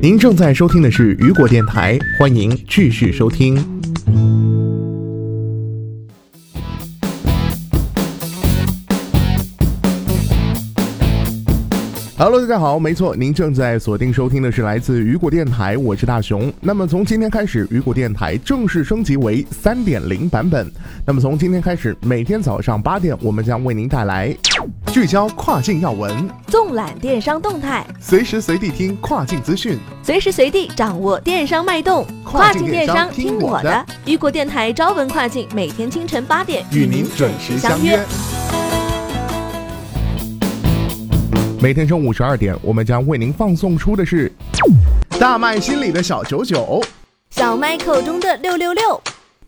您正在收听的是雨果电台，欢迎继续收听。Hello，大家好，没错，您正在锁定收听的是来自雨果电台，我是大熊。那么从今天开始，雨果电台正式升级为三点零版本。那么从今天开始，每天早上八点，我们将为您带来聚焦跨境要闻，纵览电商动态，随时随地听跨境资讯。随时随地掌握电商脉动。跨跨境境电电商商听听我我的的，雨果电台朝闻跨境，每天清晨八点与您准时相约。。每天中午十二点，我们将为您放送出的是大麦心里的小九九，小麦口中的六六六，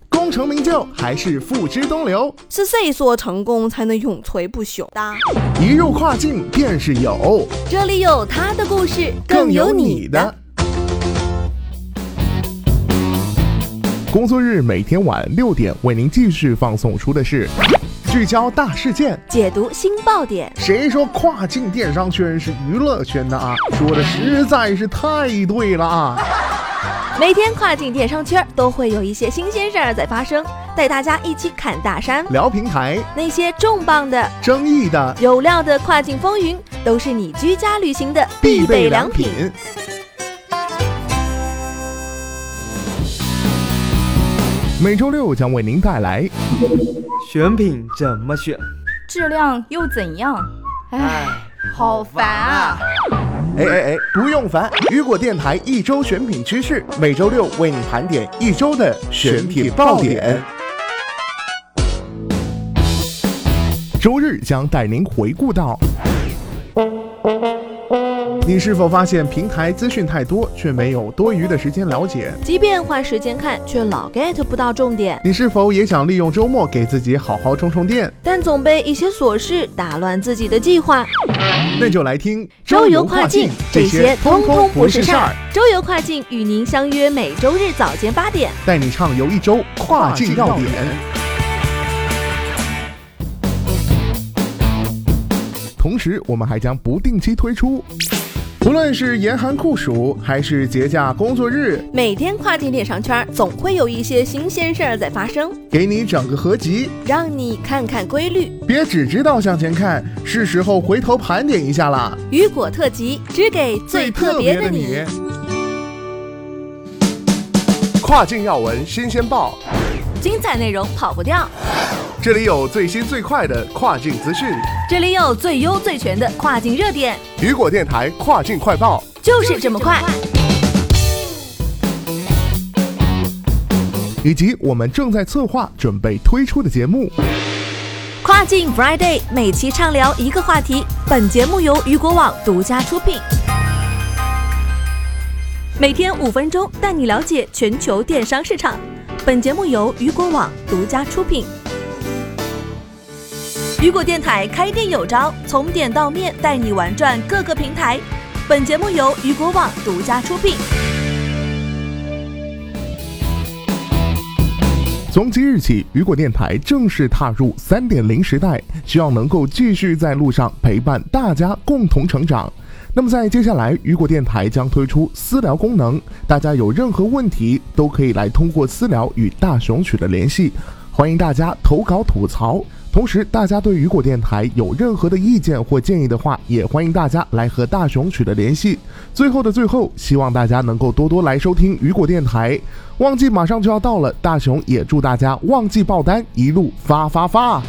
功成名就还是付之东流，是谁说成功才能永垂不朽的？一入跨境便是有，这里有他的故事，更更有你你的。。工作日每天晚六点为您继续放送出的是聚焦大事件。解读新爆点，谁说跨境电商圈是娱乐圈的啊？说的实在是太对了啊！每天跨境电商圈儿都会有一些新鲜事儿在发生，带大家一起侃大山。聊平台那些重磅的、争议的有料的跨境风云，都是你居家旅行的必必备备良良品品。。每周六将为您带来选品怎么选？质量又怎样？哎，哎，好烦啊！！哎哎哎，不用烦！雨果电台一周选品趋势，每周六为你盘点一周的选品爆点。周日将带您回顾到。你是否发现平台资讯太多，却没有多余的时间了解？即便花时间看，却老 get 不到重点，你是否也想利用周末给自己好好充充电？但总被一些琐事打乱自己的计划。那就来听周游跨境，这些通通不是事儿儿，。周游跨境与您相约每周日早间八点。带你畅游一周跨境要点。同时，我们还将不定期推出，不论是严寒酷暑，还是节假工作日，每天跨境电商圈儿总会有一些新鲜事儿在发生，给你整个合集。让你看看规律。别只知道向前看，是时候回头盘点一下啦。雨果特辑，只给最特别的你。。跨境要闻新鲜报，精彩内容跑不掉，这里有最新最快的跨境资讯。这里有最优最全的跨境热点，雨果电台跨境快报。就是这么快。以及我们正在策划准备推出的节目。跨境 Friday 每期畅聊一个话题，本节目由雨果网独家出品。每天五分钟，带你了解全球电商市场。本节目由雨果网独家出品。雨果电台开店有招，从点到面带你玩转各个平台。本节目由雨果网独家出品。从即日起，雨果电台正式踏入三点零时代，希望能够继续在路上陪伴大家共同成长。那么在接下来，雨果电台将推出私聊功能，大家有任何问题都可以来通过私聊与大熊取得联系，欢迎大家投稿吐槽。同时，大家对雨果电台有任何的意见或建议的话，也欢迎大家来和大熊取得联系。最后的最后，希望大家能够多多来收听雨果电台。旺季马上就要到了，大熊也祝大家旺季爆单一路发发发！